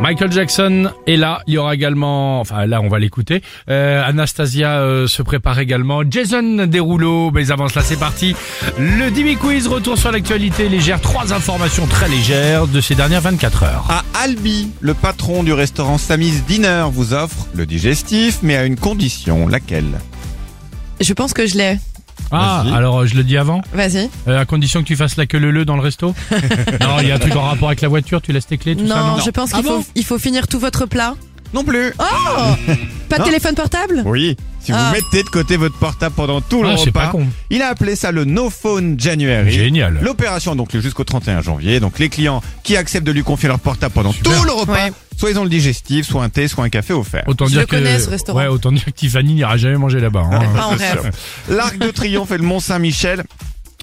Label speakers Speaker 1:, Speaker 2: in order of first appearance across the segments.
Speaker 1: Michael Jackson est là. Il y aura également, enfin là, on va l'écouter. Euh, Anastasia euh, se prépare également. Jason Derulo, mais avant cela, c'est parti. Le Dimi Quiz, retour sur l'actualité légère. Trois informations très légères de ces dernières 24 heures.
Speaker 2: À Albi, le patron du restaurant Sammy's Dinner vous offre le digestif, mais à une condition, laquelle
Speaker 3: Je pense que je l'ai.
Speaker 1: Ah,
Speaker 2: Vas-y.
Speaker 1: alors euh, je le dis avant,
Speaker 3: Vas-y.
Speaker 1: euh, à condition que tu fasses la queue le le dans le resto. non, il y a un truc en rapport avec la voiture. Tu laisses tes clés, tout
Speaker 3: Non,
Speaker 1: ça. Non.
Speaker 3: je pense
Speaker 1: Ah
Speaker 3: qu'il
Speaker 1: bon
Speaker 3: faut, il faut finir tout votre plat.
Speaker 2: Non plus
Speaker 3: Pas de
Speaker 2: Non.
Speaker 3: téléphone portable
Speaker 2: Oui, si vous
Speaker 3: Ah.
Speaker 2: mettez de côté votre portable pendant tout le
Speaker 1: Ah, c'est
Speaker 2: repas,
Speaker 1: pas con.
Speaker 2: il a appelé ça le No Phone January.
Speaker 1: Génial.
Speaker 2: L'opération donc jusqu'au 31 janvier, donc les clients qui acceptent de lui confier leur portable pendant
Speaker 1: Super.
Speaker 2: tout le repas,
Speaker 3: Ouais.
Speaker 2: soit ils ont le digestif, soit un thé, soit un café offert.
Speaker 1: Autant
Speaker 3: Je
Speaker 1: dire
Speaker 3: le
Speaker 1: que
Speaker 3: connais, ce restaurant.
Speaker 1: ouais, autant dire que Tiffany n'ira jamais manger là-bas. hein.
Speaker 3: Pas en
Speaker 2: C'est
Speaker 3: Ah, rêve.
Speaker 2: sûr. L'Arc de Triomphe et le Mont Saint-Michel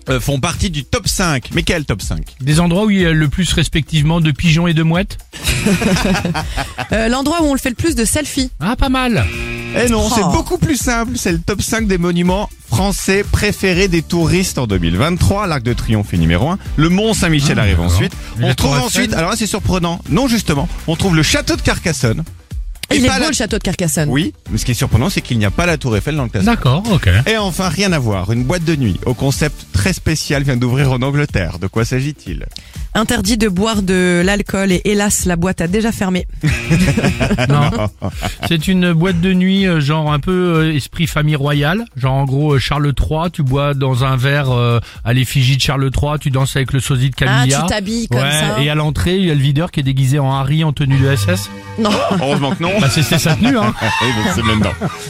Speaker 2: euh, font partie du top 5. Mais quel top 5
Speaker 1: Des endroits où il y a le plus respectivement de pigeons et de mouettes.
Speaker 3: Euh, L'endroit où on le fait le plus de selfies.
Speaker 1: Ah, pas mal.
Speaker 2: Eh non,
Speaker 3: Oh.
Speaker 2: c'est beaucoup plus simple. C'est le top 5 des monuments français préférés des touristes en 2023. L'Arc de Triomphe est numéro 1. Le Mont Saint-Michel arrive
Speaker 1: d'accord.
Speaker 2: ensuite.
Speaker 1: Et la
Speaker 2: On trouve
Speaker 1: Tour Eiffel
Speaker 2: ensuite, alors là c'est surprenant, non justement, on trouve le château de Carcassonne. Et
Speaker 3: il est
Speaker 2: pas
Speaker 3: beau
Speaker 2: la-
Speaker 3: le château de Carcassonne.
Speaker 2: Oui, mais ce qui est surprenant c'est qu'il n'y a pas la tour Eiffel dans le classement.
Speaker 1: D'accord, ok.
Speaker 2: Et enfin, rien à voir, une boîte de nuit au concept très spécial vient d'ouvrir en Angleterre. De quoi s'agit-il
Speaker 3: Interdit de boire de l'alcool et hélas la boîte a déjà fermé.
Speaker 1: Non. C'est une boîte de nuit, euh, genre un peu euh, esprit famille royale. Genre en gros, euh, Charles III, tu bois dans un verre euh, à l'effigie de Charles III, tu danses avec le sosie de Camilla.
Speaker 3: Ah, tu t'habilles comme
Speaker 1: Ouais,
Speaker 3: ça.
Speaker 1: Et à l'entrée, il y a le videur qui est déguisé en Harry en tenue de SS.
Speaker 3: Non.
Speaker 2: Heureusement que non.
Speaker 1: Bah, c'est c'est sa tenue, hein.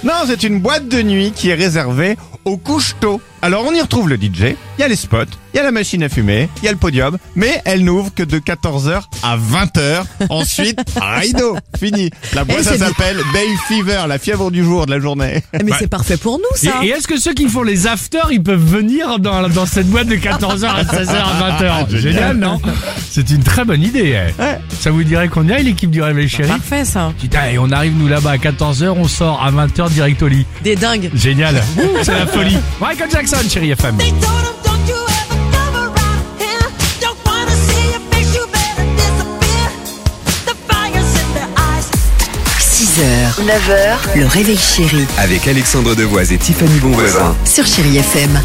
Speaker 2: Non, c'est une boîte de nuit qui est réservée aux couches tôt. Alors on y retrouve le DJ, il y a les spots, il y a la machine à fumer, il y a le podium, mais elle n'ouvre que de 14h à 20h. Ensuite, rideau, fini. La boîte
Speaker 3: Eh,
Speaker 2: ça
Speaker 3: c'est bien.
Speaker 2: s'appelle Bay Fever, la fièvre du jour de la journée.
Speaker 3: Eh, Mais c'est parfait pour nous ça.
Speaker 1: Et, et est-ce que ceux qui font les afters, ils peuvent venir dans, dans cette boîte de 14h à 16h à 20h Ah, Génial, non C'est une très bonne idée. eh.
Speaker 2: Ouais.
Speaker 1: Ça vous dirait qu'on y aille, l'équipe du Réveil Chéri
Speaker 3: Parfait ça.
Speaker 1: Putain, et on arrive, nous, là-bas à 14h, on sort à 20h direct au lit.
Speaker 3: Des dingues.
Speaker 1: Génial. Ouh, C'est la folie. Michael Jackson, chérie FM.
Speaker 4: They told him, don't you ever come around here. Don't wanna see your face, you better disappear. The fire's in their eyes.
Speaker 5: 6h, 9h, le réveil chéri
Speaker 6: Avec Alexandre Devoise et Tiffany Bonvoisin.
Speaker 5: sur Chéri FM.